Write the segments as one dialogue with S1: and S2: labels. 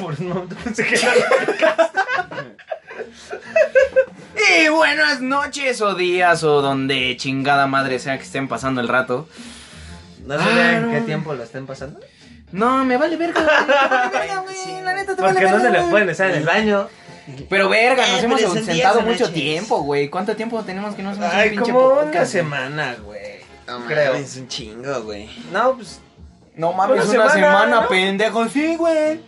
S1: Por un momento pensé que era
S2: Y buenas noches o días o donde chingada madre sea que estén pasando el rato.
S1: No sé
S2: Ah,
S1: en
S2: no.
S1: qué tiempo lo estén pasando.
S2: No, me vale verga, güey, me vale verga, güey, la neta te vale
S1: Porque no se
S2: verga,
S1: le
S2: güey.
S1: pueden estar en el baño.
S2: Pero verga, nos
S1: Eh,
S2: hemos
S1: pero son días
S2: sentado
S1: o
S2: mucho
S1: noches.
S2: tiempo, güey. ¿Cuánto tiempo tenemos que no hacemos
S1: Ay,
S2: un pinche
S1: como
S2: podcast, ¿eh?
S1: una
S2: güey?
S1: semana, güey.
S3: No
S1: Creo.
S3: mames, un chingo, güey.
S1: No, pues.
S2: No mames,
S1: Una
S2: una
S1: semana,
S2: semana,
S1: ¿no?
S2: pendejo, sí, güey.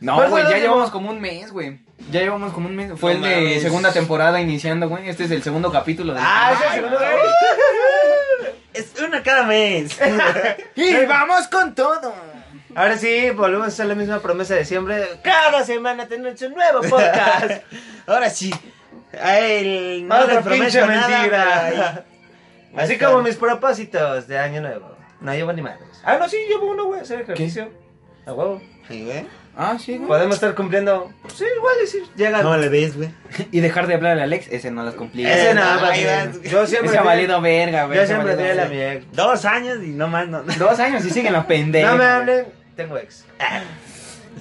S2: No,
S1: ¿Cuál fue
S2: güey,
S1: el
S2: ya
S1: último?
S2: llevamos como un mes, güey. Ya llevamos como un mes. Fue
S3: No
S2: el de
S3: mames.
S2: segunda temporada iniciando, güey. Este es el segundo capítulo. De
S1: Ah, es el segundo capítulo.
S3: Es uno cada mes.
S2: Y vamos con todo.
S1: Ahora sí, volvemos a hacer la misma promesa de siempre. Cada semana tenemos un nuevo podcast.
S3: Ahora sí. El, no
S1: Otra
S3: les
S1: pinche
S3: prometo nada,
S1: mentira.
S3: pero ahí-
S1: Así como mis propósitos de año nuevo. No llevo ni madres. Ah, no, sí, llevo uno, güey, hacer ejercicio. A huevo.
S3: Ay, güey.
S2: Ah, sí, güey.
S1: Podemos estar cumpliendo. Pues Sí, igual y sí. Llega.
S3: ¿Cómo le ves, güey?
S2: Y dejar de hablar a Alex, ese no las cumplí.
S1: Ese no,
S3: Eh,
S1: papi.
S3: ahí vas.
S1: Yo siempre.
S2: Ese ha
S1: fui-
S2: valido verga, güey.
S1: Yo
S2: ese ha
S1: siempre fui
S2: valido
S1: a la
S2: verga.
S1: mierda.
S3: Dos años y no más, no. no.
S2: Dos años y siguen la pendeja.
S1: No me
S2: güey.
S1: hablen, tengo ex.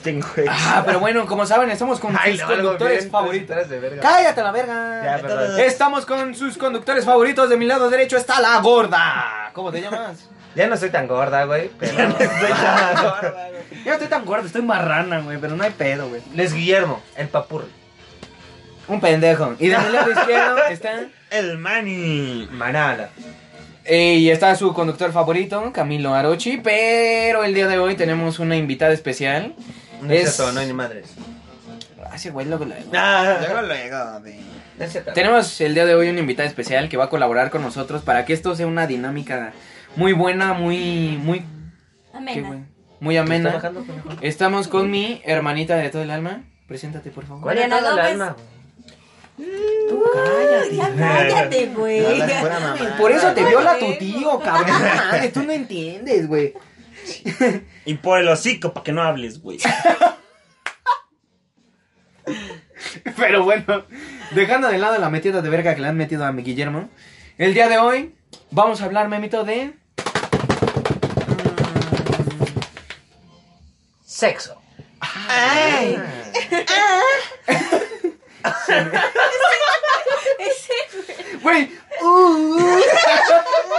S3: Tengo eso.
S2: Ah, pero bueno, como saben, estamos con sus
S1: no, algo
S2: conductores
S1: bien, pues,
S2: favoritos.
S1: tres de verga.
S2: Cállate a la verga.
S1: Ya, perdón.
S3: Eh.
S2: Estamos con sus conductores favoritos. De mi lado derecho está la gorda. ¿Cómo te llamas?
S1: Ya no soy tan gorda, güey, pero.
S2: Yo no estoy tan gorda, estoy marrana, güey, pero no hay pedo, güey.
S1: Les Guillermo, el papurri.
S2: Un pendejo. Y de mi lado izquierdo está.
S3: El Manny.
S1: Manala.
S2: Eh, y está su conductor favorito, Camilo Arochi. Pero el día de hoy tenemos una invitada especial.
S1: No
S2: Es-
S1: es cierto, no hay ni madres.
S2: Ah, sí, güey, loco, la-
S3: Ah. Luego, luego, güey.
S1: No es cierto.
S2: Tenemos el día de hoy una invitada especial que va a colaborar con nosotros para que esto sea una dinámica muy buena, muy, muy, qué
S4: Amena.
S2: güey, muy
S1: ¿Me está
S2: amena.
S1: bajando, pendejo?
S2: Estamos con mi hermanita de todo el alma. Preséntate, por favor.
S1: ¿Cuál es
S4: Mariana
S1: todo el
S4: López.
S1: alma, güey?
S2: Tú cállate.
S4: Ya cállate, güey.
S3: Hablas pura mamá.
S2: Por eso te
S4: Ay,
S2: viola tu
S4: güey.
S2: tío, cabrón. No mames, Tú no entiendes, güey.
S3: Y por el hocico, para que no hables, güey.
S2: Pero bueno, dejando de lado la metida de verga que le han metido a mi Guillermo, el día de hoy vamos a hablar, memito, de
S1: Sexo.
S3: Ay.
S2: Güey. uh, uh.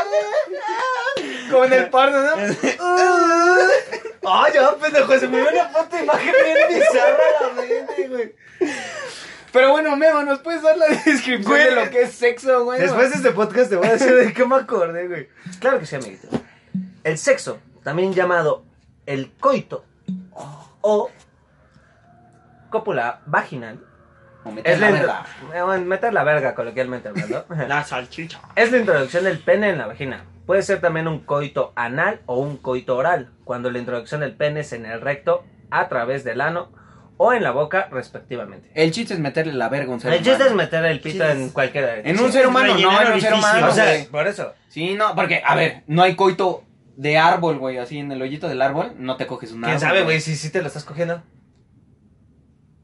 S2: Como en el pardo, ¿no? Uh.
S1: Ay, ya, pendejo, se me dio una puta imagen bien bizarra a la mente, güey.
S2: Pero bueno, Memo, ¿nos puedes dar la descripción
S1: Güey.
S2: de lo que es sexo, güey?
S1: Después de este podcast te voy a decir de qué me acordé, güey. Claro que sí, amiguito. El sexo, también llamado el coito o cópula vaginal,
S2: O meter
S1: es
S2: la
S1: la,
S2: verga.
S1: eh, bueno, meter la verga coloquialmente hablando.
S3: La salchicha.
S1: es la introducción del pene en la vagina. Puede ser también un coito anal o un coito oral, cuando la introducción del pene es en el recto, a través del ano o en la boca, respectivamente.
S2: El chiste es meterle la verga a un ser
S1: El chiste es
S2: humano.
S1: meter el pito en cualquier...
S2: En un ser humano, no,
S3: Rellenar
S2: en un ser
S3: orificios.
S2: humano,
S1: O sea,
S2: güey.
S1: por eso.
S2: Sí, no, porque, a ver, no hay coito de árbol, güey, así en el hoyito del árbol, no te coges un árbol.
S1: ¿Quién sabe, güey? Si si te lo estás cogiendo.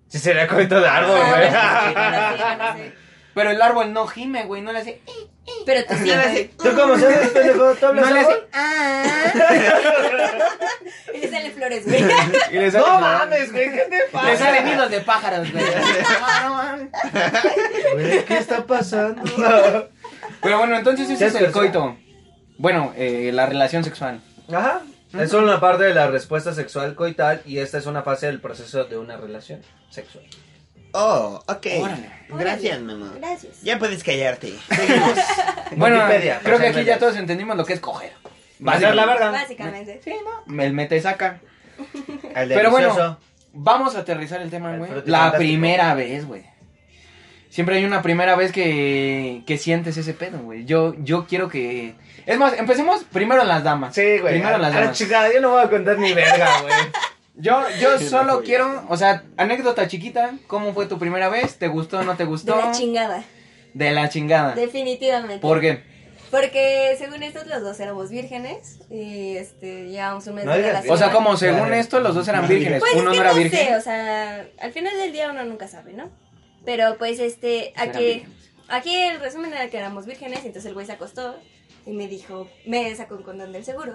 S1: Si sería coito de árbol, güey.
S4: Ah, bueno, sí, bueno, sí, bueno, sí.
S2: Pero el árbol no gime, güey, no le hace...
S4: Pero tú sí, güey.
S1: ¿Tú cómo sabes, pendejo? ¿Tú hablas
S2: No le
S1: árbol?
S2: hace...
S4: Y le salen Ah. flores, güey.
S2: Y le sale-
S1: No mames, güey, ¿qué te
S2: Le
S1: pasa?
S2: salen nidos de pájaros, güey. No, no mames.
S1: Güey, ¿Qué está pasando?
S2: Pero bueno, entonces ese
S1: Ya
S2: es
S1: es
S2: el
S1: persona.
S2: coito. Bueno, eh, la relación sexual.
S1: Ajá. Es una parte de la respuesta sexual coital y esta es una fase del proceso de una relación sexual.
S3: Oh, ok.
S2: Órale.
S3: Gracias, mamá.
S4: Gracias.
S3: Ya puedes callarte.
S2: Bueno,
S1: Wikipedia,
S2: creo
S1: muchas
S2: que aquí ya
S1: gracias.
S2: todos entendimos lo que es coger.
S1: Meter la verga.
S4: Básicamente.
S2: Sí, ¿no? El mete y saca.
S1: El
S2: Pero bueno.
S1: delicioso.
S2: Vamos a aterrizar el tema,
S1: El
S2: güey.
S1: fruto
S2: La
S1: fantástico.
S2: primera vez, güey. Siempre hay una primera vez que, que sientes ese pedo, güey. Yo, yo quiero que... Es más, empecemos primero en las damas.
S1: Sí, güey.
S2: Primero
S1: a-
S2: en las
S1: a la
S2: damas.
S1: chingada, yo no voy a contar ni verga, güey.
S2: Yo, yo
S3: Sí,
S2: solo
S3: mejor.
S2: quiero, o sea, anécdota chiquita, ¿cómo fue tu primera vez? ¿Te gustó no te
S4: De
S2: gustó?
S4: la chingada.
S2: De la chingada.
S4: Definitivamente.
S2: ¿Por qué?
S4: Porque según estos los dos éramos vírgenes y este llevamos un mes
S1: No
S4: de
S1: digas-
S4: relación.
S2: O sea, como según
S1: Claro.
S2: esto, los dos eran
S3: No,
S2: vírgenes.
S4: Pues
S2: Uno
S4: es
S2: no
S4: que
S2: era
S4: no sé,
S2: virgen.
S4: o sea, al final del día uno nunca sabe, ¿no? Pero pues este,
S2: Eran
S4: aquí,
S2: vírgenes.
S4: aquí el resumen era que éramos vírgenes, entonces el güey se acostó y me dijo, me sacó un condón del seguro.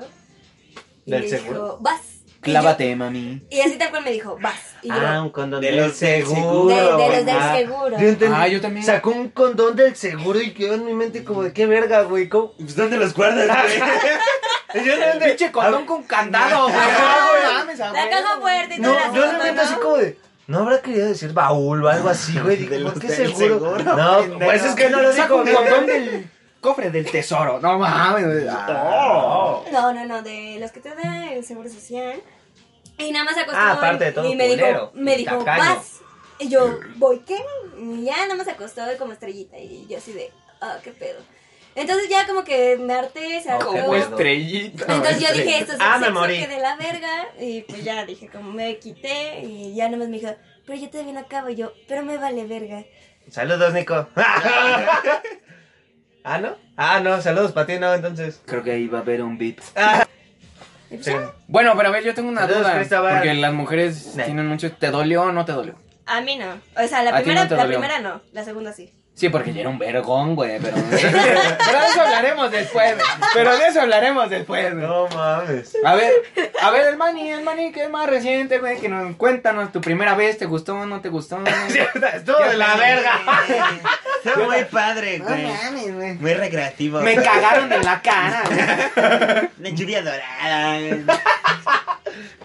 S4: Y
S1: ¿Del
S4: me
S1: seguro?
S4: dijo, vas. Y yo-
S2: Clávate, mami.
S4: Y así tal cual me dijo, vas. Y
S1: Ah,
S4: yo,
S1: un condón
S3: De
S1: del
S3: los del
S4: de,
S1: seguro.
S3: seguro,
S4: de los
S1: Ah,
S4: del seguro.
S1: yo entendí-
S2: Ah, yo también.
S1: Sacó un condón del seguro y quedó en mi mente como de qué verga, güey. ¿Cómo?
S3: Pues, ¿dónde los guardas, güey?
S1: Yo no entendí.
S2: Pinche condón con candado, güey.
S4: Ah,
S2: No mames, a
S4: La
S2: huevo.
S4: caja fuerte y todo
S1: No, yo no entiendo así como de. No habrá querido decir baúl o algo así, güey.
S3: De
S1: Digo, ¿Por
S3: los
S1: qué
S3: del
S1: seguro?
S3: seguro,
S2: Ah,
S1: no,
S3: pendejo.
S1: pues es que no lo
S2: Saca
S1: dijo.
S2: un condón del cofre del tesoro. No mames. güey. Ah.
S1: Oh.
S4: No, no, no, de los que te da el seguro social. Y nada más se acostó.
S1: Ah, aparte de
S4: y-
S1: todo
S4: y me
S1: culero,
S4: dijo, me
S1: y
S4: dijo,
S1: tacaño.
S4: vas. Y yo, voy, ¿qué? Y ya nada más se acostó como estrellita. Y yo así de, ah, qué pedo. Entonces ya como que me harté, se
S1: Ah,
S4: hartó.
S1: qué
S2: Como estrellita.
S4: Entonces yo dije, esto es
S1: Ah,
S4: el
S1: me
S4: sexo
S1: morí.
S4: que de la verga. Y pues ya dije, como me quité. Y ya nada más me dijo, pero yo todavía no acabo. Y yo, pero me vale verga.
S1: Saludos, Nico. ah, ¿no? Ah, no, saludos para ti, no, entonces.
S2: Creo que ahí va a haber un beat.
S4: Y pues
S1: Sí.
S4: ya,
S2: Bueno, pero a ver, yo tengo una
S1: Entonces,
S2: duda.
S1: Cristóbal-
S2: Porque las mujeres
S1: Nah.
S2: tienen mucho. ¿Te dolió o no te dolió?
S4: a mí no. O sea,
S2: ¿A
S4: la
S2: ti no
S4: primera
S2: te
S4: la
S2: dolió?
S4: primera no, la segunda sí.
S2: Sí, porque yo era un vergón, güey. Pero... pero de eso hablaremos después. güey. Pero de eso hablaremos después. güey.
S1: No mames.
S2: A ver, a ver, el mani, el mani, que es más reciente, güey. Que nos cuéntanos tu primera vez. ¿Te gustó o no te gustó?
S1: Estuvo de la verga.
S3: Fue muy padre,
S2: No
S3: güey.
S2: mames, güey.
S3: Muy recreativo.
S2: Me cagaron en la cara, güey.
S3: La lluvia dorada. güey.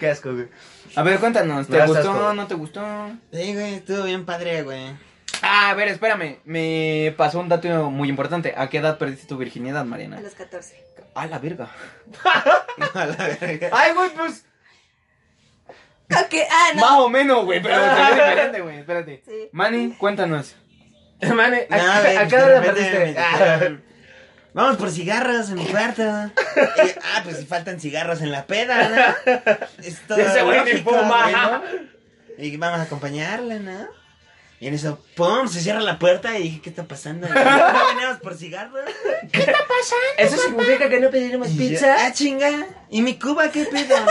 S1: Qué asco, güey.
S2: A ver, cuéntanos.
S1: Me
S2: ¿Te
S1: das
S2: gustó
S1: asco.
S2: o no te gustó?
S3: Sí, güey, estuvo bien padre, güey.
S2: Ah, a ver, espérame. Me pasó un dato muy importante. ¿A qué edad perdiste tu virginidad,
S4: A
S1: Ah.
S2: Mariana?
S4: los 14.
S2: A la verga.
S3: A la verga.
S1: Ay, güey, pues.
S4: Ok, ah, no.
S2: Más o menos, güey, pero es diferente, güey. Espérate.
S4: Sí.
S2: Mani, cuéntanos.
S1: Mane, ¿a,
S3: No, güey,
S1: a qué
S3: de
S1: hora
S3: repente
S1: perdiste? Ah.
S3: me dijeron, Vamos por cigarros en mi cuarto. Y yo, ah, pues si faltan cigarros en la peda, ¿no? Es todo
S1: Ese güey ni
S3: lógico,
S1: fuma.
S3: güey, ¿no? Y vamos a acompañarle, ¿no? Y en eso, ¡pum! Se cierra la puerta y dije, ¿qué está pasando? Y yo, ¿No venimos por cigarros?
S1: Eso significa que no pediremos
S3: Y yo,
S1: Pues pizza.
S3: ah, chinga. ¿Y mi Cuba qué pedo, no?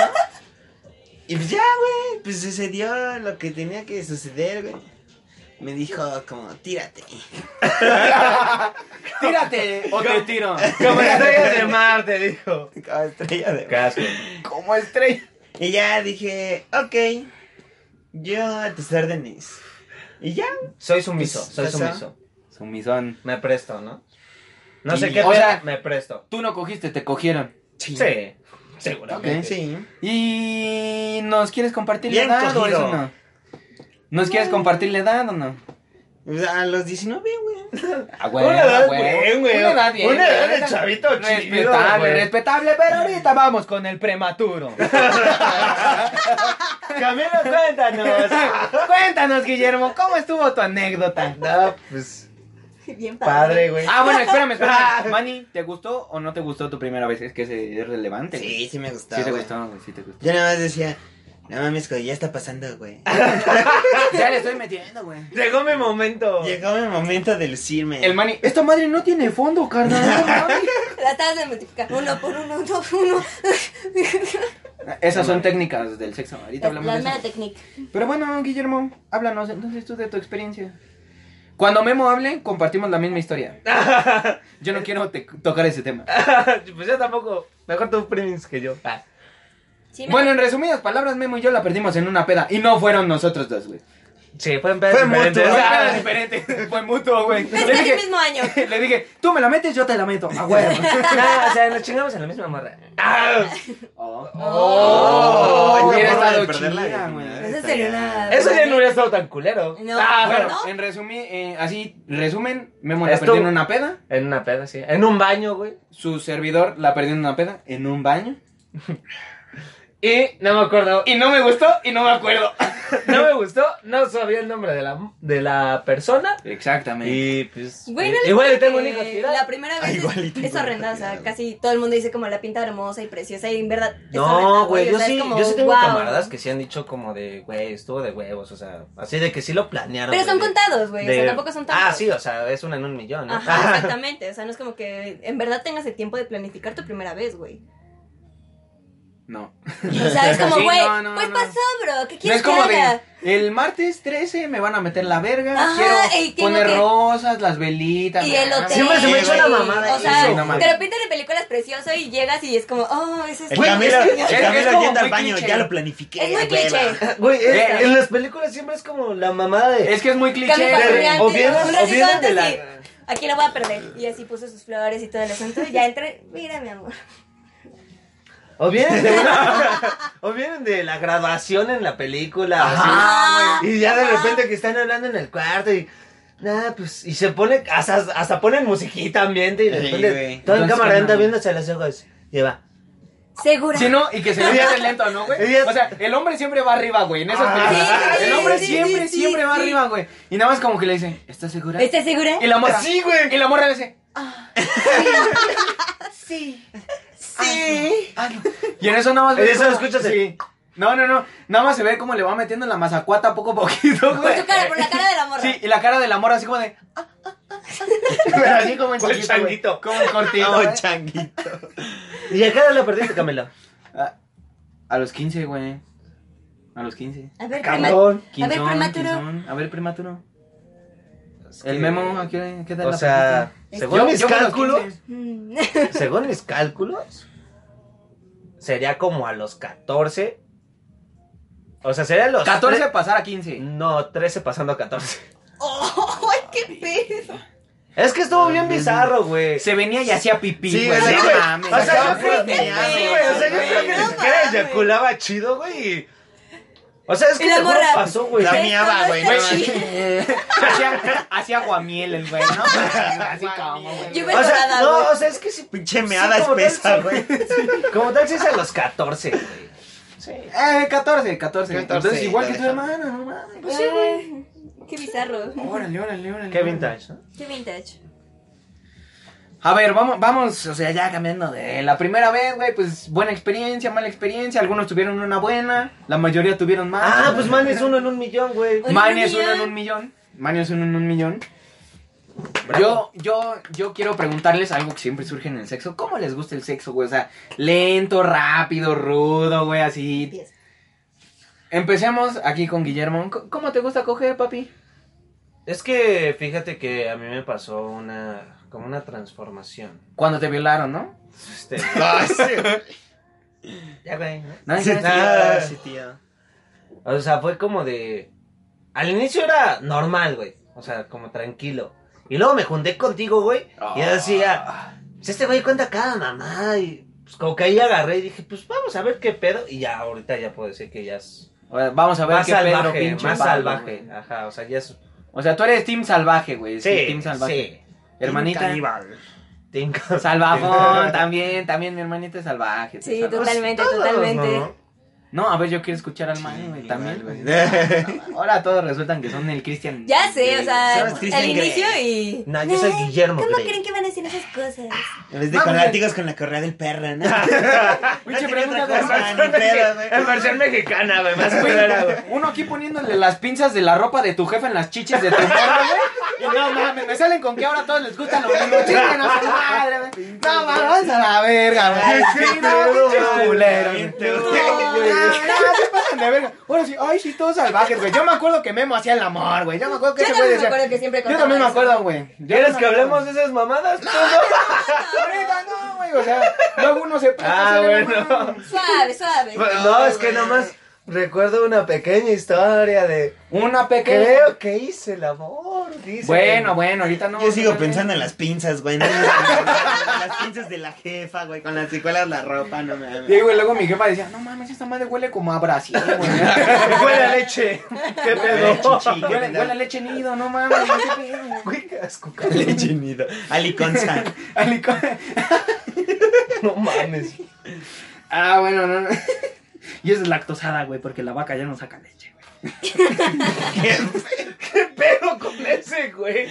S3: Y pues ya, güey. Pues sucedió lo que tenía que suceder, güey. Me dijo como, tírate.
S2: Tírate o te tiro.
S1: Como estrellas de mar, te dijo.
S3: Como estrella de
S1: Qué asco.
S2: Como estrella.
S3: Y ya dije, ok, yo a tus órdenes. Y ya.
S1: Soy sumiso,
S3: Pues,
S1: soy
S3: pasa.
S1: sumiso.
S2: Sumisón.
S1: Me presto, ¿no? No sé
S3: Y-
S1: qué,
S2: o sea-
S1: pero me presto.
S2: Tú no cogiste, te cogieron.
S1: Sí, seguramente.
S3: Ok, sí.
S2: ¿Y nos quieres compartir
S3: Bien
S2: la edad o
S3: cogido.
S2: eso no? ¿Nos quieres compartir la edad o no?
S3: O sea, a los 19, güey.
S2: Ah,
S1: Una edad bien, güey.
S2: Una edad bien.
S1: Una edad de
S2: güey.
S1: chavito chido,
S2: Respetable,
S1: güey.
S2: respetable, pero ahorita vamos con el prematuro.
S1: Camilo, cuéntanos.
S2: Cuéntanos, Guillermo, ¿cómo estuvo tu anécdota?
S1: no, pues,
S4: Bien
S1: padre, güey.
S2: Ah, bueno, espérame, espérame. Mani, ¿te gustó o no te gustó tu primera vez? Es que ese es relevante. güey.
S3: Sí, sí me gustó.
S2: Sí te
S3: güey.
S2: gustó, güey, sí te gustó.
S3: Yo nada más decía, no mames, güey, ya está pasando, güey.
S2: Ah, Ya le estoy metiendo, güey.
S1: Llegó mi momento.
S3: Llegó mi momento de lucirme.
S2: El Mani, esta madre no tiene fondo, carnal. no mames.
S4: La tabla de multiplicar. Uno por uno, dos por uno.
S2: Esas son técnicas del sexo. Ahorita
S4: La
S2: hablamos de
S4: mera
S2: eso.
S4: técnica.
S2: Pero bueno, Guillermo, háblanos entonces tú de tu experiencia. Cuando Memo hable, compartimos la misma historia. Yo no quiero te- tocar ese tema.
S1: pues yo tampoco. Mejor tú, Prince, que yo. Ah.
S4: Sí, me-
S2: Bueno, en resumidas palabras, Memo y yo la perdimos en una peda. Y no fueron nosotros dos, güey.
S1: Sí, fue en pedas
S3: Fue
S1: diferentes.
S3: mutuo.
S2: Fue
S1: Ah,
S2: nada diferente. Fue mutuo, güey.
S4: Es
S2: Le
S4: casi
S2: dije-
S4: el mismo año.
S2: Le dije, tú me la metes, yo te la meto. A huevo.
S1: No, o sea, nos chingamos en la misma morra. Ah.
S2: Oh,
S3: Oh,
S2: hubiera
S3: la forma
S2: estado
S3: de perder la
S2: chida,
S3: virginidad
S2: güey.
S4: Eso
S3: está
S4: sería
S3: ya.
S4: una-
S1: Eso ya no hubiera estado tan culero.
S4: No,
S1: Ah,
S2: Bueno,
S4: ¿no?
S2: en resumen, eh, así, resumen, Memo la
S1: Esto-
S2: perdió en una peda.
S1: En una peda, sí. En un baño, güey.
S2: Su servidor la perdió en una peda, en un baño.
S1: Y no me acuerdo.
S2: Y no me gustó y no me acuerdo.
S1: No me gustó. No sabía el nombre de la, de la persona.
S2: Exactamente.
S1: Y pues.
S4: Güey, no les
S1: igual le
S4: digo
S1: tengo un
S4: que
S1: hijo tirado.
S4: La primera
S3: Ah,
S4: vez es-
S3: igual y tengo
S4: es
S3: un hijo
S4: horrenda. O sea,
S3: tirado.
S4: casi todo el mundo dice como la pinta hermosa y preciosa. Y en verdad. es horrenda,
S1: No, güey,
S4: o
S1: yo
S4: sea, es
S1: sí,
S4: como,
S1: yo sí tengo
S4: wow.
S1: camaradas que sí han dicho como de, güey, estuvo de huevos, o sea, así de que sí lo planearon.
S4: Pero
S1: güey,
S4: son
S1: de-
S4: contados, güey. O
S1: de-
S4: sea, tampoco son tantos.
S1: Ah, sí, o sea, es una en un millón, ¿no?
S4: Ajá, exactamente. O sea, no es como que en verdad tengas el tiempo de planificar tu primera vez, güey.
S2: No.
S4: O sea, es como,
S2: Sí,
S4: güey,
S2: no, no,
S4: pues
S2: no.
S4: pasó, bro.
S2: No
S4: ¿Qué
S2: es
S4: quieres
S2: como
S4: que
S2: de.
S4: haga?
S2: El martes 13 me van a meter la verga.
S4: Ajá,
S2: quiero
S4: y tengo
S2: poner
S4: que-
S2: rosas, las velitas.
S4: Y el
S2: ah,
S4: hotel.
S3: Siempre se me echó la
S4: güey.
S3: mamada
S4: O
S3: y-
S4: sea,
S2: Sí, no mames.
S4: te lo pintan en películas preciosas y llegas y es como, oh, ese es
S3: El
S2: Güey,
S3: Camilo,
S2: es que-
S3: el
S2: es- es
S3: Camilo
S2: como
S3: yendo al
S2: muy
S3: baño,
S2: cliché.
S3: ya lo planifiqué.
S4: Es muy
S3: güey,
S4: cliché.
S3: va.
S5: Güey, es-
S2: Eh,
S5: en las películas siempre es como la mamada de.
S2: Es que es muy cliché.
S4: Cambio
S2: güey.
S4: familiar.
S5: o
S4: antes,
S5: vienes,
S4: un
S5: o
S4: ratito
S5: vienes de
S4: antes
S5: la.
S4: y- Aquí lo voy a perder. Y así puso sus flores y todo el asunto. Y ya entré. Mira, mi amor.
S5: O vienen de una- o vienen de la graduación en la película.
S4: Ajá,
S5: así. y ya de
S4: ajá.
S5: repente que están hablando en el cuarto y. Nada, pues. Y se pone. Hasta, hasta ponen musiquita ambiente y
S3: Sí,
S5: después le-
S3: güey.
S5: todo el
S2: Entonces,
S5: camarada
S2: ¿qué no?
S5: viéndose los ojos. Lleva.
S4: Segura.
S2: Sí, ¿no? Y que se vea lento, ¿no, güey?
S5: Ellas-
S2: O sea, el hombre siempre va arriba, güey, en esas
S5: Ah,
S2: películas.
S5: sí,
S2: el hombre
S4: sí,
S2: siempre,
S4: sí,
S2: siempre
S4: sí,
S2: va
S4: sí.
S2: arriba, güey. Y nada más como que le dice, ¿estás segura?
S4: ¿Estás segura?
S2: Y la morra.
S5: Sí, güey.
S2: Y la morra le dice,
S4: Sí.
S2: Ah, sí. Y en eso nada más
S5: En
S2: ve
S5: eso
S2: cómo-
S5: escuchas el-
S2: Sí. No, no, no. Nada más se ve cómo le va metiendo la mazacuata poco a poquito,
S4: Por
S2: güey.
S4: su cara, por la cara de la morra.
S2: Sí, y la cara de la morra así como de. "Ah, ah, ah, ah". Pero así como en
S5: ¿Cuál
S2: chiquito, güey.
S5: changuito?
S2: Como en cortito.
S3: No,
S2: güey.
S3: changuito.
S5: ¿Y acá la perdiste, Camilo?
S2: a, a los 15, güey. A los 15.
S4: A ver,
S5: Cabrón.
S4: prima- a ver,
S2: Quinzón,
S4: prematuro.
S2: quinzón. A ver, prematuro.
S5: Es
S2: El
S5: que-
S2: memo, ¿a qué, qué tal
S5: O
S2: la
S5: sea,
S2: película?
S5: según
S2: Yo-
S5: mis
S2: yo fui a los
S5: cálculos.
S2: 15.
S4: Mm.
S5: Según mis cálculos, sería como a los 14. O sea, sería a los
S2: 14
S5: tre-
S2: a pasar a 15.
S5: No, 13 pasando a 14.
S4: ¡Oh, qué pedo!
S5: Es que estuvo bien bizarro, güey.
S2: Se venía y hacía pipí.
S3: Sí,
S2: güey.
S3: güey,
S2: No
S3: güey.
S2: mames.
S5: Pues O sea,
S3: Sacaba
S5: yo creo
S3: puras
S5: que.
S3: miadas,
S5: sí, güey, o sea, yo
S3: güey.
S5: creo que ni
S4: No
S5: siquiera
S4: mames.
S5: eyaculaba chido, güey. y- O sea, es que
S4: Y la
S5: seguro
S4: morra.
S5: pasó,
S2: Pues
S5: güey.
S3: La
S4: Esto
S3: miaba,
S4: no
S3: güey,
S4: está
S3: no
S4: chido.
S2: hacía, hacía aguamiel el güey, ¿no? Así como, güey.
S4: Yo me
S5: O sea,
S4: acordaba,
S5: no,
S4: pues,
S5: o
S4: güey.
S5: sea, es que sí.
S3: Pinche
S5: sí,
S3: meada
S5: como tal,
S3: espesa,
S5: sí,
S3: güey.
S5: Como tal, sí es a los 14, güey.
S2: Eh, 14, 14.
S3: 14,
S2: Entonces, igual
S3: lo
S2: que tu
S3: dejamos.
S2: hermana, no mames.
S4: Ay, Qué bizarro.
S2: Órale, órale, órale.
S5: Qué vintage, ¿no?
S4: Qué vintage.
S2: A ver, vamos, vamos, o sea, ya cambiando de la primera vez, güey, pues buena experiencia, mala experiencia, algunos tuvieron una buena, la mayoría tuvieron más.
S5: Ah, pues man, es uno en un millón, güey.
S4: Uno
S2: Man
S4: en
S2: es
S4: un
S2: uno en
S4: millón.
S2: un millón. Man es uno en un millón. Yo, yo, yo quiero preguntarles algo que siempre surge en el sexo. ¿Cómo les gusta el sexo, güey? O sea, lento, rápido, rudo, güey, así.
S4: Empieza.
S2: Empecemos aquí con Guillermo. C- ¿Cómo te gusta coger, papi?
S1: Es que fíjate que a mí me pasó una. como una transformación.
S2: Cuando te violaron, ¿no?
S1: Este,
S3: No, sí.
S1: ya, güey, ¿no?
S2: No,
S3: Sí,
S2: ya,
S3: tío,
S1: Ah.
S3: sí, tío.
S1: O sea, fue como de. Al inicio era normal, güey. O sea, como tranquilo. Y luego me junté contigo, güey. Y yo decía, pues este güey cuenta cada mamá. Y pues como que ahí agarré y dije, pues vamos a ver qué pedo. Y ya, ahorita ya puedo decir que ya es
S2: Ahora, Vamos a ver
S1: más
S2: qué pedo,
S1: salvaje,
S2: pinche
S1: más
S2: Pablo,
S1: salvaje.
S2: güey.
S1: Ajá, o sea, ya es.
S2: O sea, tú eres team salvaje, güey.
S1: Sí,
S2: Sí, team salvaje.
S1: sí.
S2: Hermanita.
S3: Caníbal.
S1: Tengo-
S2: Salvajón, también, también mi hermanita es salvaje. tú
S4: Sí,
S2: sabes.
S4: totalmente,
S1: Todos,
S4: totalmente.
S1: ¿no?
S2: No, a ver, yo quiero escuchar al man, güey,
S3: Sí,
S2: también.
S3: igual,
S2: güey. Ahora todos resultan que son el Cristian.
S4: Ya sé, o sea,
S3: Sabes, Christian
S4: el
S3: Grey.
S4: inicio y.
S1: No, yo soy Guillermo Ah,
S4: ¿Cómo
S1: Grey.
S4: creen que van a decir esas cosas?
S3: En vez de
S2: Vamos,
S3: con
S2: güey.
S3: látigos con la correa del perro, ¿no?
S2: Pinche
S3: No tiene
S2: pregunta
S3: otra cosa,
S2: de-
S3: ni pedo, güey.
S5: En versión mexicana, güey. Más
S2: Güey,
S5: culera, güey.
S2: Uno aquí poniéndole las pinzas de la ropa de tu jefe en las chichas de tu morra, güey. Y no mames, me salen con que ahora a todos les gustan los mismo. Chinguen a su madre, güey. No mames, vas a la verga, güey. Sí, no,
S5: pedo,
S2: pinches
S5: güey.
S2: culeros, güey.
S3: Te
S2: No,
S3: odio,
S2: no, no, se pasan de verga. Ahora sí, ay, sí, todos salvajes, güey. Yo me acuerdo que Memo hacía el amor, güey. Yo me acuerdo que
S4: Yo
S2: ese
S4: también
S2: güey
S4: me
S2: decía-
S4: acuerdo que siempre
S2: Yo
S4: contaba
S2: también me
S4: eso.
S2: acuerdo, güey. Yo
S5: ¿Quieres
S2: no
S5: que
S2: me acuerdo.
S5: hablemos de esas mamadas? Tú no.
S2: Ahorita no, güey. O sea, luego uno se presta
S5: Ah,
S2: a hacer el
S5: bueno.
S2: amor.
S4: Suave, suave.
S5: Pues, No, es que nomás recuerdo una pequeña historia de.
S2: Una pequeña.
S5: Creo que hice el amor, dice.
S2: Bueno, bueno, ahorita no.
S3: Yo sigo pensando en las pinzas, güey. no mames, las pinzas de la jefa, güey. Con las secuelas la ropa, no mames.
S2: Y güey, luego mi jefa decía, no mames, esta madre huele como a Brasil, güey.
S5: Huele a leche. ¿Qué
S3: Huele a
S5: pedo?
S3: chichi,
S2: huele, huele a leche nido, no mames. no sé qué pedo, güey.
S5: Güey, qué asco, cabrón.
S3: Huele chinido. Aliconza.
S2: Al licor.
S5: No mames.
S2: Ah, bueno, no. no. Y esa es lactosada, güey, porque la vaca ya no saca leche, güey.
S5: ¿Qué pedo con ese, güey?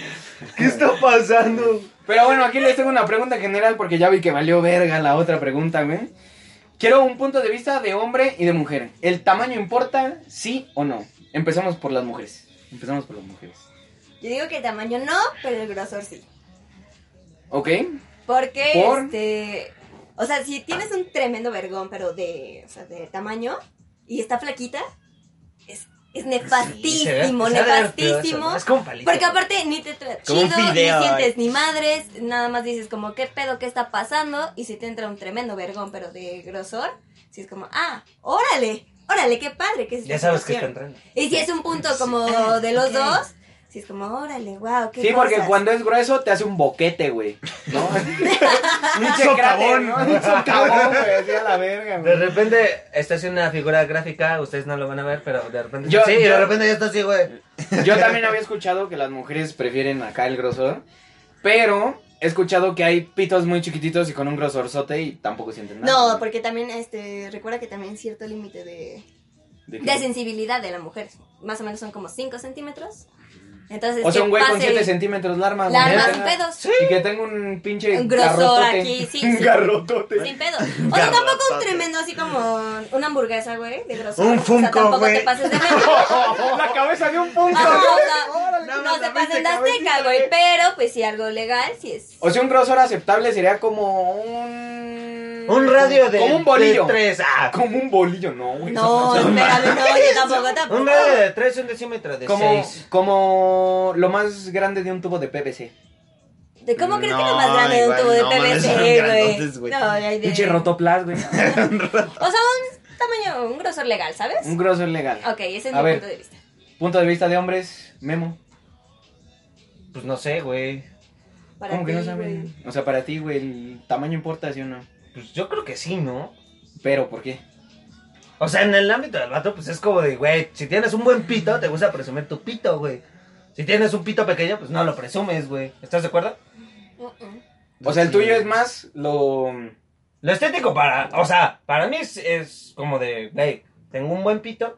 S5: ¿Qué está pasando?
S2: Pero bueno, aquí les tengo una pregunta general porque ya vi que valió verga la otra pregunta, güey. Quiero un punto de vista de hombre y de mujer. ¿El tamaño importa, sí o no? Empezamos por las mujeres. Empezamos por las mujeres.
S4: Yo digo que el tamaño no, pero el grosor sí.
S2: ¿Ok?
S4: Porque,
S2: ¿Por?
S4: este. O sea, si tienes un tremendo vergón, pero de, o sea, de tamaño, y está flaquita, es Es
S1: Sí, se ve-
S4: nefastísimo,
S1: se ve
S4: nefastísimo.
S1: asqueroso, ¿no? Es como palito.
S4: Porque aparte ni te trata
S3: Como
S4: chido,
S3: un fideo,
S4: ni
S3: ay.
S4: sientes ni madres, nada más dices como qué pedo, qué está pasando y si te entra un tremendo vergón, pero de grosor, si es como, ah, órale, órale, qué padre que es esta
S1: Ya sabes que está
S4: situación".
S1: entrando.
S4: Y si es un punto como de los dos, si es como, órale, wow, qué
S2: Ah, Sí, porque
S4: cosas".
S2: cuando es grueso te hace un boquete, güey. ¿No? un
S3: socavón.
S2: Un socavón, güey. Así a la verga,
S1: De
S2: güey.
S1: repente estás haciendo una figura gráfica, ustedes no lo van a ver, pero de repente.
S2: Yo-
S1: sí,
S2: yo-
S1: de repente ya estás así, güey.
S2: Yo también había escuchado que las mujeres prefieren acá el grosor. Pero he escuchado que hay pitos muy chiquititos y con un grosorzote y tampoco sienten nada.
S4: No,
S2: güey.
S4: porque también, este, recuerda que también cierto límite de,
S2: ¿De qué?
S4: de sensibilidad de la mujer, más o menos son como 5 centímetros. Entonces,
S2: O sea,
S4: que
S2: un güey con
S4: pase
S2: 7 centímetros larma,
S4: la
S2: güey.
S4: arma
S2: Ya
S4: sin
S2: tenga-
S4: pedos.
S2: Y que tenga un pinche
S4: Un grosor
S2: garrotote.
S4: aquí, sí,
S2: Un
S4: sí.
S2: garrotote.
S4: Sin pedo. O sea, tampoco un tremendo así como una hamburguesa, güey, de grosor.
S1: Un
S4: O sea,
S1: Funko,
S4: tampoco
S1: güey.
S4: te pases de
S2: La cabeza de un punto.
S4: Ajá, o sea,
S2: Órale,
S4: no
S2: nada
S4: te
S2: más
S4: pases de
S2: la viste,
S4: azteca, güey. Pero, pues, si algo legal, si es.
S2: O sea, un grosor aceptable sería como un.
S1: Un radio de.
S2: Como un bolillo.
S1: de tres. Ah,
S2: Como un bolillo, no, güey.
S4: No, espérame, no, yo tampoco,
S1: un
S4: tampoco.
S1: radio de tres, un decímetro de
S2: Como,
S1: seis.
S2: como lo más grande de un tubo de PVC.
S4: ¿De cómo crees que lo
S3: No,
S4: más grande de un
S3: igual,
S4: tubo de
S3: no, mames, son
S4: PVC,
S3: grandotes,
S4: güey?
S3: güey.
S4: No, hay de.
S2: Pinche rotoplas, güey.
S4: O sea, un tamaño, un grosor legal, ¿sabes?
S2: Un grosor legal.
S4: Ok, ese es
S2: A
S4: mi
S2: ver.
S4: punto de vista.
S2: Punto de vista de hombres, Memo.
S1: Pues no sé, güey.
S4: Para
S2: ¿Cómo que
S4: ti,
S2: no saben?
S4: güey.
S2: O sea, para ti, güey, el tamaño importa, ¿sí o no?
S1: Pues yo creo que sí, ¿no?
S2: Pero, ¿por qué?
S1: O sea, en el ámbito del vato, pues es como de, güey, si tienes un buen pito, te gusta presumir tu pito, güey. Si tienes un pito pequeño, pues no lo presumes, güey. ¿Estás de acuerdo?
S4: Mm-mm.
S2: O sea, el tuyo es más lo.
S1: Lo estético para, o sea, para mí es, es como de, güey, tengo un buen pito.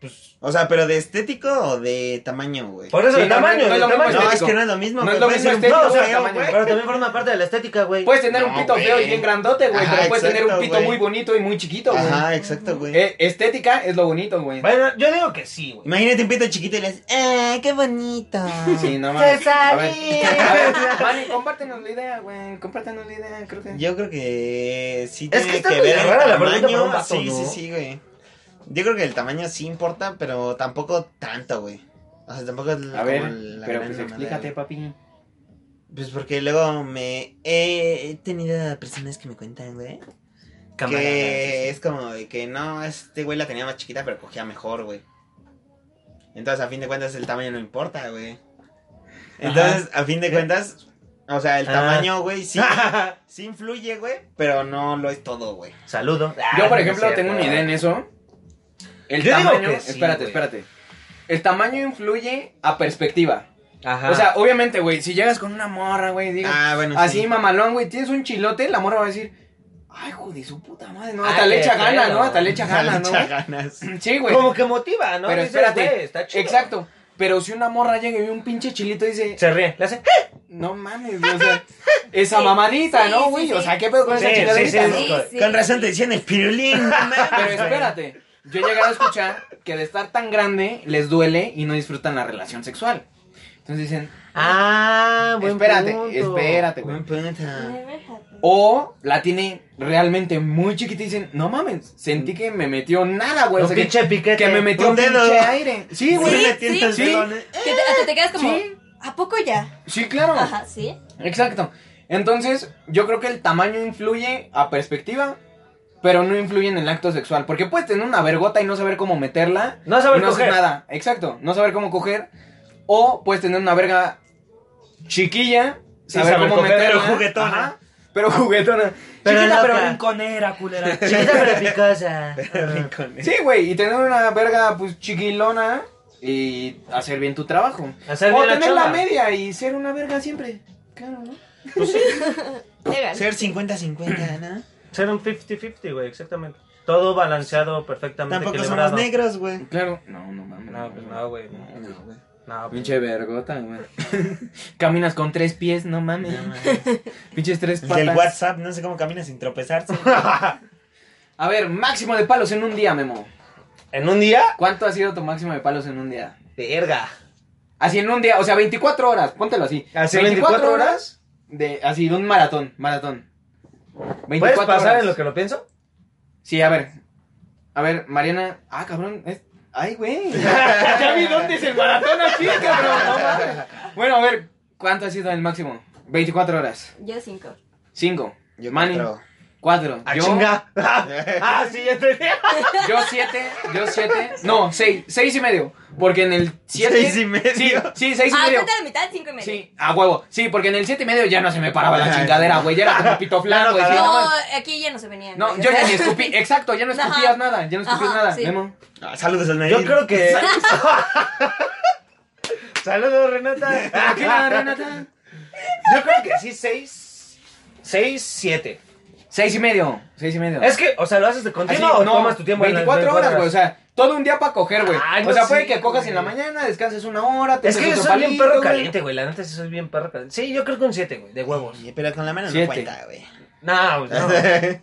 S1: Pues,
S3: O sea, pero de estético o de tamaño, güey.
S1: por eso
S2: Sí,
S1: el
S2: no,
S1: tamaño,
S2: no, no es
S1: el
S2: lo mismo
S1: tamaño.
S3: No, es
S2: estético.
S3: que no es lo mismo.
S2: No
S3: güey,
S2: es lo
S3: puede
S2: mismo
S3: ser un
S2: estético,
S3: pito
S2: o sea,
S3: feo,
S2: tamaño. Pues,
S3: güey.
S1: Pero también forma parte de la estética, güey.
S2: Puedes tener un
S3: No,
S2: pito
S3: güey.
S2: feo y bien grandote, güey.
S3: Ajá,
S2: Pero puedes tener un
S3: exacto,
S2: pito
S3: güey.
S2: muy bonito y muy chiquito, güey.
S3: Ajá, exacto, güey.
S2: Eh, estética es lo bonito, güey.
S1: Bueno, yo digo que sí, güey.
S3: Imagínate un pito chiquito y le dices, ¡ah, qué bonito!
S2: Ah, Sí, no mames. A ver. Manny, compártenos la idea, güey. Compártenos la idea, creo que.
S3: Yo creo que sí
S1: Es
S3: tiene
S1: que está
S3: que
S1: medio
S3: ver
S1: rara la
S3: el
S1: pregunta para un
S3: tamaño.
S1: vato,
S3: sí,
S1: ¿no?
S3: sí, sí, güey. Yo creo que el tamaño sí importa, pero tampoco tanto, güey. O sea, tampoco es
S2: A ver, pero
S3: gran
S2: pues
S3: mamada,
S2: explícate,
S3: güey.
S2: papi.
S3: Pues porque luego me he he tenido personas que me cuentan, güey. Que es como de que no, este güey la tenía más chiquita, pero cogía mejor, güey. Entonces, a fin de cuentas, el tamaño no importa, güey. Entonces, a fin de cuentas, o sea, el
S1: Ah.
S3: tamaño, güey, sí, sí influye, güey, pero no lo es todo, güey.
S1: Saludo. Ah,
S2: Yo, por
S1: no
S2: ejemplo,
S1: es
S2: tengo
S1: cierto.
S2: una idea en eso. El
S1: Yo digo
S2: tamaño.
S1: que sí,
S2: espérate,
S1: güey.
S2: espérate. El tamaño influye a perspectiva.
S1: Ajá.
S2: O sea, obviamente, güey, si llegas con una morra, güey, digo,
S3: Ah, bueno,
S2: así
S3: sí.
S2: mamalón, güey, tienes un chilote, la morra va a decir, ay, hijo de su puta madre, no,
S1: Ay,
S2: hasta le
S1: qué
S2: echa gana,
S1: pedo.
S2: ¿no? Hasta le echa
S3: Dale,
S2: gana, ¿no?
S3: echa
S2: güey?
S3: ganas.
S2: Sí, güey.
S1: Como que motiva, ¿no?
S2: Pero
S1: Dices,
S2: espérate.
S1: güey, está chido.
S2: Exacto. Pero si una morra llega y ve un pinche chilito y dice,
S1: Se ríe, le hace.
S2: no mames, güey, o sea, esa mamadita,
S4: sí,
S2: ¿no,
S4: sí,
S2: güey? o
S4: sí.
S2: sea, ¿qué pedo con
S1: Sí,
S2: esa
S1: sí,
S2: chingadita,
S1: sí,
S2: no?
S1: sí.
S3: Con razón te decían el pirulín. no mames,
S2: Pero
S3: güey.
S2: espérate, yo he llegado a escuchar que de estar tan grande les duele y no disfrutan la relación sexual. Entonces dicen,
S1: Ah, buen
S2: espérate,
S1: punto.
S2: espérate, güey.
S3: Buen punto.
S4: Never happened.
S2: O la tiene realmente muy chiquita y dicen, no mames, sentí que me metió nada, güey.
S1: Un
S2: O sea, que-
S1: pinche
S2: que,
S1: piquete.
S2: me metió
S3: un dedo.
S2: pinche aire. Sí,
S3: Sí,
S2: güey.
S3: le tienta el
S2: sí.
S3: dedo, ¿eh?
S4: Que te, hasta te quedas como,
S2: Sí. Ah.
S4: ¿a poco ya?
S2: Sí, claro.
S4: Ajá, sí.
S2: Exacto. Entonces, yo creo que el tamaño influye a perspectiva, pero no influye en el acto sexual. Porque puedes tener una vergota y no saber cómo meterla.
S1: No saber
S2: y no hacer
S1: coger.
S2: nada. Exacto. No saber cómo coger. O puedes tener una verga chiquilla.
S1: Sí,
S2: Saber,
S1: saber
S2: cómo
S1: coger,
S2: meterla.
S3: pero juguetona.
S2: Ajá, pero juguetona.
S1: Pero
S2: Chiquita, pero
S1: loca.
S2: rinconera, culera.
S1: Chiquita pero picosa.
S2: Sí, güey, y tener una verga, pues, chiquilona y hacer bien tu trabajo.
S1: Hacer
S2: o
S1: bien la
S2: tener la
S1: chamba.
S2: media y ser una verga siempre. Claro, ¿no?
S4: Legal.
S3: Ser 50-50, ¿no?
S1: Ser un 50-50, güey, exactamente. Todo balanceado, perfectamente
S3: Tampoco somos
S1: equilibrado.
S3: negros, güey.
S2: Claro. No, no mames.
S1: No, pues no, güey. No, No, pues-
S2: Pinche vergota, güey. Caminas con tres pies, no mames. Pinches tres
S3: El del
S2: patas.
S3: WhatsApp, no sé cómo camina sin tropezarse.
S2: A ver, máximo de palos en un día, Memo.
S1: ¿En un día?
S2: ¿Cuánto ha sido tu máximo de palos en un día?
S1: Verga.
S2: Así en un día, o sea, 24 horas, póntelo así.
S1: Así, 24 horas.
S2: De, así, de un maratón, maratón. 24
S1: ¿Puedes pasar
S2: horas.
S1: en lo que lo pienso?
S2: Sí, a ver. A ver, Mariana. Ah, cabrón. es-
S3: Ay, güey.
S2: ya vi dónde es el maratón aquí, cabrón. No mames. Bueno, a ver, ¿cuánto ha sido el máximo? 24 horas.
S4: Yo cinco.
S2: 5.
S3: Yo
S2: Manny.
S3: cuatro.
S2: 4.
S1: ¡Ah,
S2: Yo,
S1: chinga! ¡Ah, sí, ya entendí!
S2: yo 7. Yo 7. No, 6. 6 y medio. Porque en el 7.
S3: Seis y medio.
S2: Sí, sí, 6 y
S4: Ah,
S2: medio.
S4: cuenta la mitad, cinco y medio.
S2: Sí, a huevo. Sí, porque en el 7 y medio ya no se me paraba la chingadera, güey. Ya era como pito flan, güey. sí, no
S4: No,
S2: mames.
S4: aquí ya no se venían.
S2: No,
S4: güey,
S2: yo
S4: o sea.
S2: ya ni escupí. Exacto, ya no
S4: Ajá.
S2: escupías nada. Ya no escupías
S4: Ajá,
S2: nada.
S4: sí.
S2: Memo.
S3: Ah, saludos al
S1: Yo
S3: Nair.
S1: creo que. Saludos,
S3: Ah,
S1: Renata.
S2: ¿Qué va, Renata?
S1: Yo creo que sí, seis. Seis, siete.
S2: 6 y medio. 6 y medio.
S1: Es que, o sea, lo haces de
S2: Así,
S1: continuo o tomas tu tiempo. en las
S2: 24 horas, güey. O sea, todo un día para coger, güey.
S1: Ay,
S2: o
S1: no
S2: sea, puede
S1: sé,
S2: que cojas
S1: güey.
S2: en la mañana, descanses una hora, te
S1: Es que yo
S2: haces otro
S1: soy bien
S2: palito,
S1: perro
S2: güey.
S1: caliente, güey. La neta, sí soy bien perro caliente. Sí, yo creo que un 7, güey, de huevos.
S3: Sí, Pero con la mano
S2: Siete.
S3: no cuenta, güey.
S1: No, no.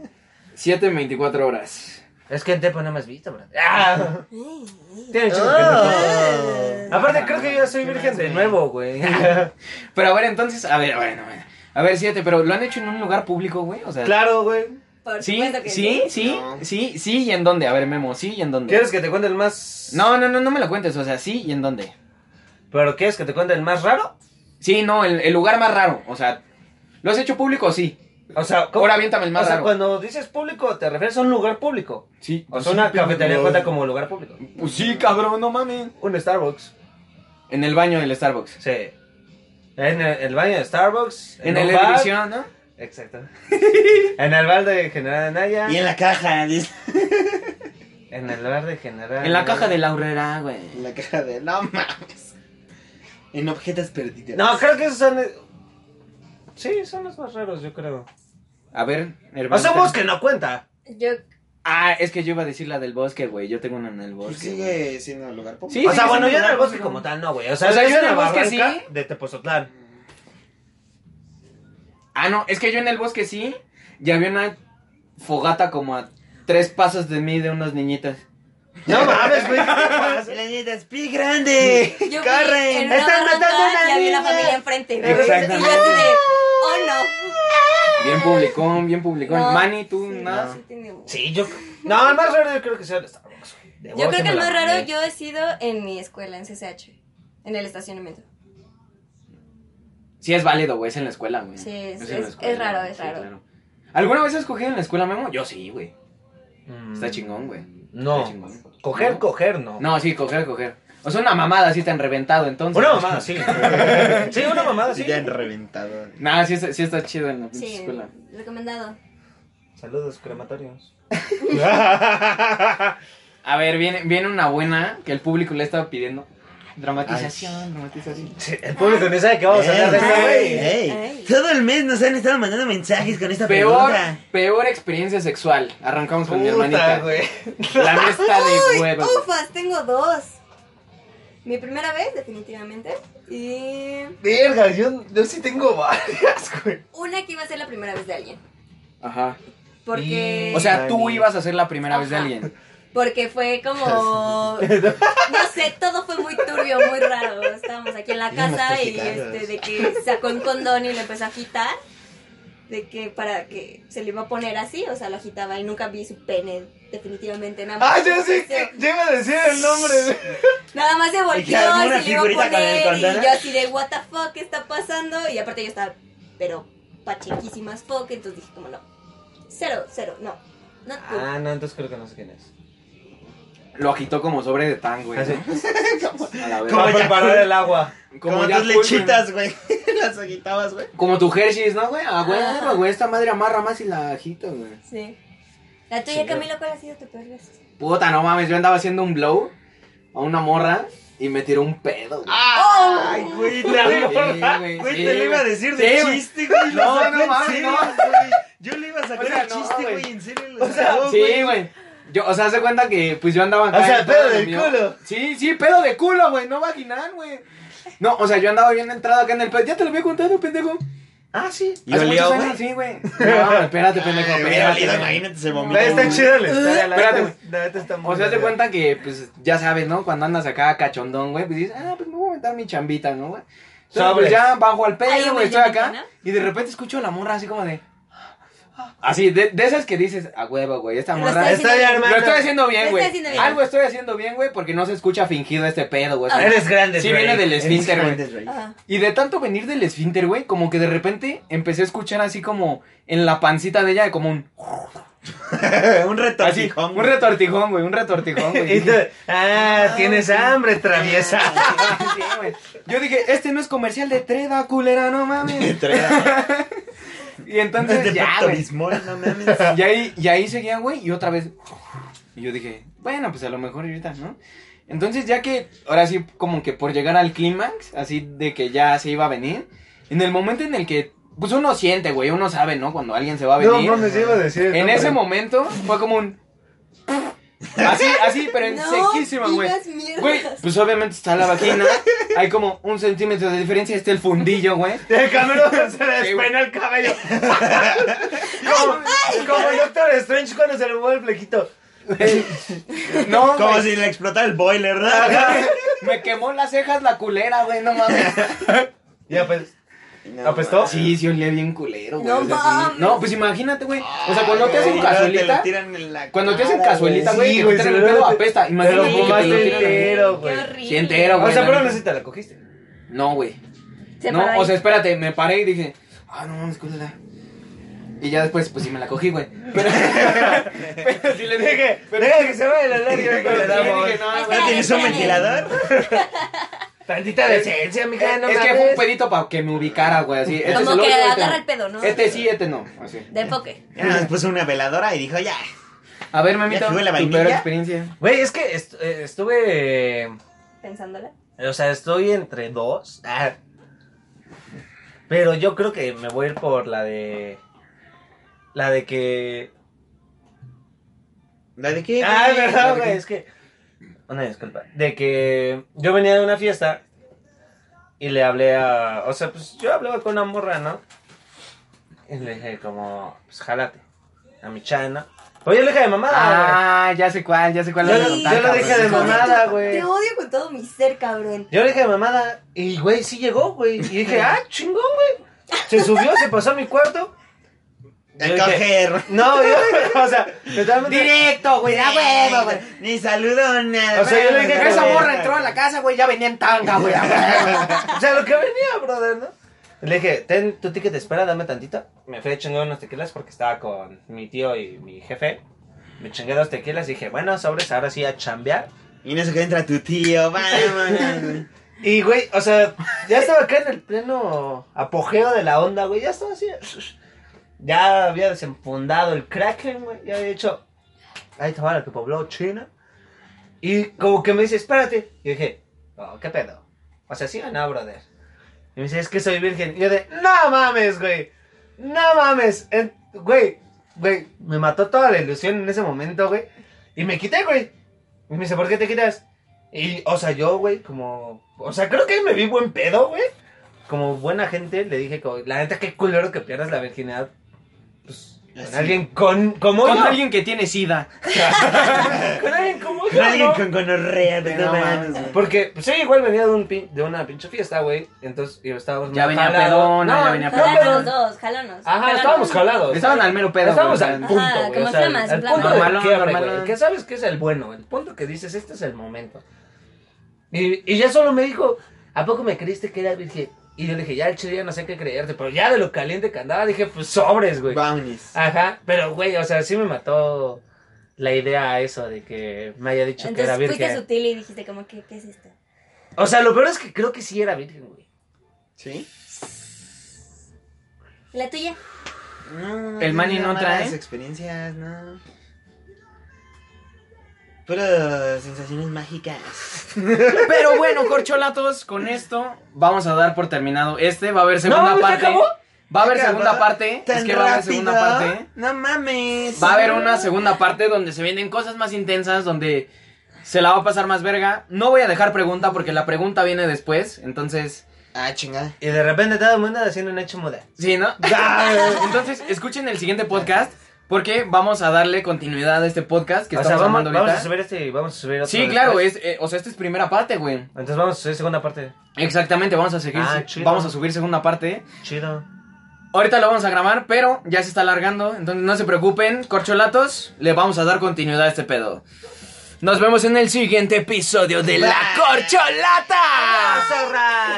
S2: 7 en 24 horas.
S1: Es que en Tepo no me has visto, bro. Ah,
S4: Ay, ay.
S1: tiene chingo que
S2: Ah.
S3: Oh.
S1: no. Aparte, creo que yo soy virgen de nuevo, güey.
S2: Pero a ver, entonces, a ver, bueno, bueno. A ver, 7, pero ¿lo han hecho en un lugar público, güey? O sea,
S1: Claro, güey.
S4: Por
S2: Sí,
S4: supuesto que
S2: sí, sí,
S3: No.
S2: sí, sí, y en dónde. A ver, Memo, sí y en dónde.
S1: ¿Quieres que te cuente el más.
S2: No, no, no, no me lo cuentes, o sea, sí y en dónde.
S1: ¿Pero quieres que te cuente el más raro?
S2: Sí, no, el, el lugar más raro, o sea, ¿lo has hecho público? Sí.
S1: O sea, ¿cómo-
S2: Ahora aviéntame el más
S1: o sea,
S2: raro.
S1: cuando dices público, te refieres a un lugar público.
S2: Sí.
S1: O sea, una cafetería cuenta como lugar público.
S2: Pues sí, cabrón, no mames.
S1: Un Starbucks.
S2: En el baño del Starbucks.
S1: Sí. En el, el baño de Starbucks. un
S2: En, el
S1: bar.
S2: edición, ¿no?
S1: Exacto. en el bar de General Anaya.
S3: Y en la caja, dice.
S1: En el bar de General.
S2: En la caja de la horrera, güey.
S3: En la caja de no mames. En objetos perdidos.
S1: No, creo que esos son. eh, Sí, son los más raros, yo creo.
S2: A ver, el
S1: O sea,
S2: baño-
S1: bosque no cuenta.
S4: Yo,
S2: Ah, es que yo iba a decir la del bosque, güey. Yo tengo una en el
S3: Pues
S2: bosque. güey.
S3: sigue siendo lugar público.
S2: Sí,
S1: o sea,
S2: sí,
S1: bueno,
S2: sí,
S1: yo en
S2: sí,
S1: el bosque
S2: sí.
S1: como tal, no, güey. O sea,
S2: O sea,
S1: es
S2: yo en
S1: una
S2: el bosque sí.
S1: barranca De Tepozotlán.
S2: Ah, no, es que yo en el bosque sí. Y había una fogata como a tres pasos de mí de unas niñitas.
S1: No mames, güey. ¿qué te pasa?
S3: La niña es pi grande.
S4: yo fui en
S3: Corre.
S4: una
S1: Están
S4: barranca
S1: matando a
S4: y
S1: una
S4: había una
S1: niña.
S4: familia enfrente. güey.
S2: Exactamente.
S4: Y yo así de, oh no.
S2: Bien publicón, bien publicón.
S4: No,
S2: Manny, tú
S4: sí,
S2: nada.
S4: sí tiene-
S1: Sí, yo. No, el más raro yo creo que sea el Starbucks. güey. De
S4: Yo
S1: huevos
S4: creo
S1: me
S4: que el
S1: la
S4: más raro
S1: mamé.
S4: yo he sido en mi escuela, en CCH, en el estacionamiento.
S2: Sí, es válido, güey. Es en la escuela, güey.
S4: Sí, es-
S2: en la
S4: es- es raro, es raro.
S2: ¿Alguna vez has cogido en la escuela, Memo? Yo sí, güey.
S1: Mm,
S2: Está chingón, güey. Está
S1: No.
S2: chingón.
S1: Coger,
S2: ¿No?
S1: coger, no.
S2: No, sí, coger, coger. O sea, una mamada así tan reventado, entonces.
S1: Una mamada, sí. sí, una mamada, sí.
S3: Ya en reventado.
S2: Nah, sí, está- sí está chido en la pinche
S4: Sí,
S2: escuela.
S4: recomendado.
S1: Saludos, crematorios.
S2: A ver, viene, viene una buena que el público le estaba pidiendo. Dramatización, dramatización.
S1: Sí, el público ni sabe que vamos a
S3: Eh,
S1: hablar de esta,
S3: Ey,
S1: güey.
S3: ey,
S4: Ay.
S3: Todo el mes nos han estado mandando mensajes con esta
S2: Peor,
S3: pregunta.
S2: peor experiencia sexual. Arrancamos con mi hermanita.
S1: Puta, güey.
S2: La mía está de
S4: ¡Uy!
S2: huevo.
S4: ¡Ufas! Tengo dos. Mi primera vez, definitivamente. Y
S1: Verga, yo, yo sí tengo varias, güey.
S4: una que iba a ser la primera vez de alguien.
S2: Ajá.
S4: Porque.
S2: O sea, tú
S1: Dani.
S2: ibas a ser la primera vez de
S4: Ajá.
S2: alguien.
S4: Porque fue como. No sé, todo fue muy turbio, muy raro. Estábamos aquí en la
S3: Éramos
S4: casa y
S3: toxicados.
S4: este, de que sacó un condón y lo empezó a agitar. De que para que se le iba a poner así, o sea, lo agitaba y nunca vi su pene, definitivamente. Nada más.
S1: Ah, yo sí que yo iba a decir el nombre, güey.
S4: Nada más se volteó y
S3: que armó una
S4: se le iba a
S3: figurita con el
S4: poner.
S3: condón,
S4: Y
S3: ¿eh?
S4: yo así de, ¿What the fuck? ¿Qué está pasando? Y aparte yo estaba, pero pachequísimas fuck. Entonces dije, como no. Cero, cero, no. No tú.
S1: Ah, no, entonces creo que no sé quién es.
S2: Lo agitó como sobre de tango, güey.
S1: Así.
S2: A la verga.
S1: Para
S3: Como
S1: preparar
S3: Yakult.
S1: el agua.
S3: Como,
S2: ya
S3: tus
S2: full,
S3: lechitas, güey. Las agitabas, güey.
S2: güey. Como tu Hershey's, ¿no, güey? Ah, güey,
S4: Ajá.
S2: güey, esta madre amarra más y la agito, güey.
S4: Sí. La tuya,
S2: Sí,
S4: Camilo, ¿cuál ha sido tu peor vez?
S2: Puta, no mames, yo andaba haciendo un blow a una morra y me tiró un pedo, güey.
S3: Ay, güey,
S2: Sí,
S3: te
S2: güey,
S3: Güey,
S2: sí,
S3: te lo iba a
S2: güey.
S3: decir de
S2: Sí, güey.
S3: chiste, güey. lo
S2: No,
S3: sacó
S2: no
S3: en
S2: mames,
S3: serio,
S2: no.
S3: güey. Yo le iba a sacar
S2: O sea,
S3: el
S2: no,
S3: chiste,
S2: güey.
S3: güey. En serio lo sacó,
S2: Sí, güey. Yo, o sea, se cuenta que pues yo andaba acá.
S1: O sea,
S2: en
S1: pedo
S2: lo
S1: del
S2: mío.
S1: culo.
S2: Sí, sí, pedo de culo, güey, no vaginal, güey. No, o sea, yo andaba bien entrado acá en el pedo. Ya te lo había contado, pendejo.
S1: Ah, sí.
S3: ¿Y
S2: Hace
S3: olió,
S2: muchos años, Sí, güey. No, espérate, pendejo,
S3: Ay, Ah,
S2: espérate,
S3: hubiera olido,
S2: güey.
S3: imagínate, se vomitó.
S1: Está chida la historia. la
S2: Espérate,
S1: neta- La neta está muy
S2: O sea, te
S1: larga.
S2: cuenta que, pues, ya sabes, ¿no? Cuando andas acá cachondón, güey, pues dices, ah, pues me voy a aventar mi chambita, ¿no, güey? Entonces,
S1: Sobres.
S2: pues ya bajo al
S4: Ay,
S2: pedo,
S4: una
S2: güey, estoy
S4: llamita,
S2: acá.
S4: ¿no?
S2: Y de repente escucho a la morra así como de. Así, de, de esas que dices, a huevo, güey, esta
S4: Lo
S2: morra.
S4: estoy
S2: es-
S4: haciendo
S1: Está bien,
S4: bien.
S1: hermano.
S2: Lo estoy haciendo
S4: Lo
S2: bien,
S4: estoy
S2: güey.
S4: haciendo bien. Ah.
S2: Algo estoy haciendo bien, güey, porque no se escucha fingido este pedo, güey.
S4: Ajá.
S1: Eres grande,
S2: Sí,
S1: Drake.
S2: viene del esfínter, güey.
S3: Grandes, güey.
S4: Ajá.
S2: Y de tanto venir del esfínter, güey, como que de repente empecé a escuchar así como en la pancita de ella, como un.
S3: un
S2: Así,
S3: retorcijón.
S2: un retortijón, güey, un retortijón, güey.
S1: Y tú, ah, tienes hambre, traviesa.
S2: Ah, Sí, güey. Yo dije, este no es comercial de Treda, culera, no mames. Y entonces
S3: de
S2: ya, güey.
S3: Pepto-Bismol, no mames.
S2: Y ahí, y ahí seguía, güey, y otra vez. Y yo dije, bueno, pues a lo mejor ahorita, ¿no? Entonces, ya que, ahora sí, como que por llegar al clímax, así de que ya se iba a venir, en el momento en el que, pues uno siente, güey, uno sabe, ¿no? Cuando alguien se va a venir.
S1: iba a decir.
S2: en ese momento fue como un. Así, así, pero en
S4: No
S2: sequísima, güey.
S4: digas mierdas.
S2: Güey, pues obviamente está la vagina. Hay como un centímetro de diferencia. Está el fundillo, güey.
S1: El camerón se le
S2: Sí, güey.
S1: despeinó el cabello. como, como Doctor Strange cuando se le mueve el flequito.
S2: Eh, No,
S3: Como
S2: güey.
S3: si le explotara el boiler, ¿no?
S2: Me quemó las cejas la culera, güey. No mames.
S1: Ya, pues.
S3: No,
S1: ¿Apestó?
S3: mames.
S2: Sí, sí, olía bien culero, güey.
S4: No
S2: o sea, sí.
S4: mames.
S2: No, pues imagínate, güey. O sea, cuando te hacen
S3: Ay, luego te
S2: cazuelita.
S3: lo tiran en la
S2: Cuando te hacen
S3: cara,
S2: cazuelita,
S1: Sí,
S2: güey, que
S1: güey,
S2: te tiran el
S1: seguro
S2: pedo
S1: te-
S2: apesta.
S1: Te lo
S2: Imagínate que te
S1: fumaste
S2: lo tiran.
S1: entero,
S4: Qué
S1: güey.
S4: horrible.
S2: Sí, entero,
S1: O
S2: güey.
S1: sea,
S2: la
S1: pero
S2: neta.
S1: no sé si te la cogiste.
S2: No, güey.
S4: Se
S2: no,
S4: para
S2: o sea,
S4: ahí.
S2: espérate, me paré y dije, ah, no mames, cólera. Y ya después, pues sí me la cogí, güey. Pero, pero sí le dije, pero,
S1: Deja que se vaya la larga
S2: pero sí
S1: le
S2: le
S1: damos.
S4: Ah,
S2: dije, no, güey.
S3: ¿No tienes un
S4: Este
S3: ventilador?
S1: Tantita decencia, mija, no
S2: Eh, es que fue un
S1: mames.
S2: pedito para que me ubicara, güey, así. Este
S4: Como
S2: es el
S4: que
S2: otro, este
S4: agarra
S2: no.
S4: el pedo, ¿no?
S2: Este sí, este no. Así.
S4: De enfoque.
S3: Ya nos puso una veladora y dijo, ya.
S2: A ver, mamita,
S3: ¿Ya
S2: tu
S3: fue la
S2: peor
S3: vainilla?
S2: experiencia.
S1: Güey, es que est- eh, estuve. eh,
S4: Pensándola.
S1: O sea, estoy entre dos. Ah. Pero yo creo que me voy a ir por la de. La de que.
S3: ¿La de qué?
S1: Ah,
S3: güey?
S1: verdad, güey, es que. Una disculpa. De que yo venía de una fiesta y le hablé a. O sea, pues yo hablaba con una morra, ¿no? Y le dije, como, pues jálate. A mi chana. Pues yo le dije de mamada,
S2: Ah, ya sé cuál, ya sé cuál.
S1: Yo
S2: la
S1: lo- yo
S2: de Tanca,
S1: lo dejé
S2: güey.
S1: de
S4: Hijo
S1: mamar. mamada, güey.
S4: Te odio con todo mi ser, cabrón.
S1: güey. Yo le dije de mamada y, güey, sí llegó, güey. Y dije, ah, chingón, güey. Se subió, se pasó a mi cuarto.
S3: A
S1: Yo dije,
S3: coger.
S1: No, yo, o sea, totalmente.
S2: Directo, güey, a huevo, güey.
S3: Ni saludo, nada.
S1: O sea, yo le dije que
S2: Esa
S1: güey.
S2: morra entró a la casa, güey, ya venía en tanga, güey. a huevo.
S1: O sea, lo que venía, brother, ¿no? Le dije, ten tu ticket, espera, dame tantita. Me fui a chingar unas tequilas porque estaba con mi tío y mi jefe. Me chingué dos tequilas y dije, bueno, sobres, ahora sí a chambear.
S3: Y no se encuentra tu tío, vámonos. güey.
S1: Y, güey, o sea, ya estaba acá en el pleno apogeo de la onda, güey. Ya estaba así. Ya había desenfundado el Kraken, güey. Ya había hecho, ahí estaba la que pobló China. Y como que me dice, espérate. Y dije, oh, ¿qué pedo? O sea, ¿sí o no, brother? Y me dice, es que soy virgen. Y yo de, no mames, güey. No mames. En- Güey, güey, me mató toda la ilusión en ese momento, güey. Y me quité, güey. Y me dice, ¿por qué te quitas? Y, o sea, yo, güey, como... O sea, creo que me vi buen pedo, güey. Como buena gente, le dije, como, la neta, qué culero que pierdas la virginidad. Pues, con
S3: Así.
S1: alguien con, como
S2: Con
S1: yo.
S2: alguien que tiene sida.
S1: con alguien
S2: Pues
S1: como yo,
S3: Con alguien
S1: ¿no?
S3: con gonorrea,
S2: Sí, no
S3: no, mames,
S2: mames.
S3: güey.
S1: Porque, pues sí, igual venía de, un pin- de una pinche fiesta, güey. Entonces, y estábamos.
S2: Ya
S1: medio
S2: venía
S1: jalados.
S2: pedona, ya venía
S1: no,
S2: pedona.
S1: Ah, pero-
S4: Jalonos dos, jalonos.
S1: Ajá, estábamos jalados.
S2: Estaban al mero pedo,
S1: Estábamos
S2: güey.
S1: al punto,
S4: Ajá,
S1: güey.
S4: como
S1: o sea,
S4: en flamas,
S1: al
S4: en
S1: punto
S4: flamas.
S1: del
S2: Normalón,
S1: quiebre,
S2: normalón.
S1: güey, Que sabes que es el bueno, el punto que dices, este es el momento. Y, y ya solo me dijo, ¿a poco me creíste que era virgen? Y yo le dije, ya el chile ya no sé qué creerte, pero ya de lo caliente que andaba, dije, pues sobres, güey.
S3: Brownies.
S2: Ah.
S1: Ajá, pero güey, o sea, sí me mató la idea a eso de que me haya dicho que era
S4: Entonces
S1: virgen.
S4: fuiste sutil y dijiste como, ¿qué, qué es esto?
S1: O sea, lo peor es que creo que sí era virgen, güey.
S3: ¿Sí?
S4: ¿La tuya?
S3: No,
S2: El Manny
S3: tengo
S2: no trae.
S3: malas experiencias, no. Pero sensaciones mágicas.
S2: Pero bueno, corcholatos, con esto vamos a dar por terminado. Este va a haber segunda
S1: mames, ¿ya
S2: parte.
S1: acabó?
S2: Va a haber
S3: Acabó
S2: segunda parte.
S3: tan
S2: Es que va a haber
S3: rápido.
S2: segunda parte.
S3: No mames.
S2: Va a haber una segunda parte donde se vienen cosas más intensas, donde se la va a pasar más verga. No voy a dejar pregunta porque la pregunta viene después. Entonces,
S3: Ah, chingada.
S1: Y de repente todo el mundo haciendo un hecho moda.
S2: sí, ¿no?
S1: eh.
S2: Entonces, escuchen el siguiente podcast porque vamos a darle continuidad a este podcast que
S1: O sea,
S2: estamos
S1: vamos,
S2: armando
S1: vamos a
S2: ahorita.
S1: subir este y vamos a subir otro.
S2: Sí, claro,
S1: después.
S2: es, eh, o sea, esta es primera parte, güey.
S1: Entonces vamos a subir segunda parte.
S2: Exactamente, vamos a seguir,
S1: Ah, chido.
S2: vamos a subir segunda parte.
S1: Chido.
S2: Ahorita lo vamos a grabar, pero ya se está alargando. Entonces no se preocupen, corcholatos. Le vamos a dar continuidad a este pedo. Nos vemos en el siguiente episodio de La Corcholata.
S1: ¡Zorras!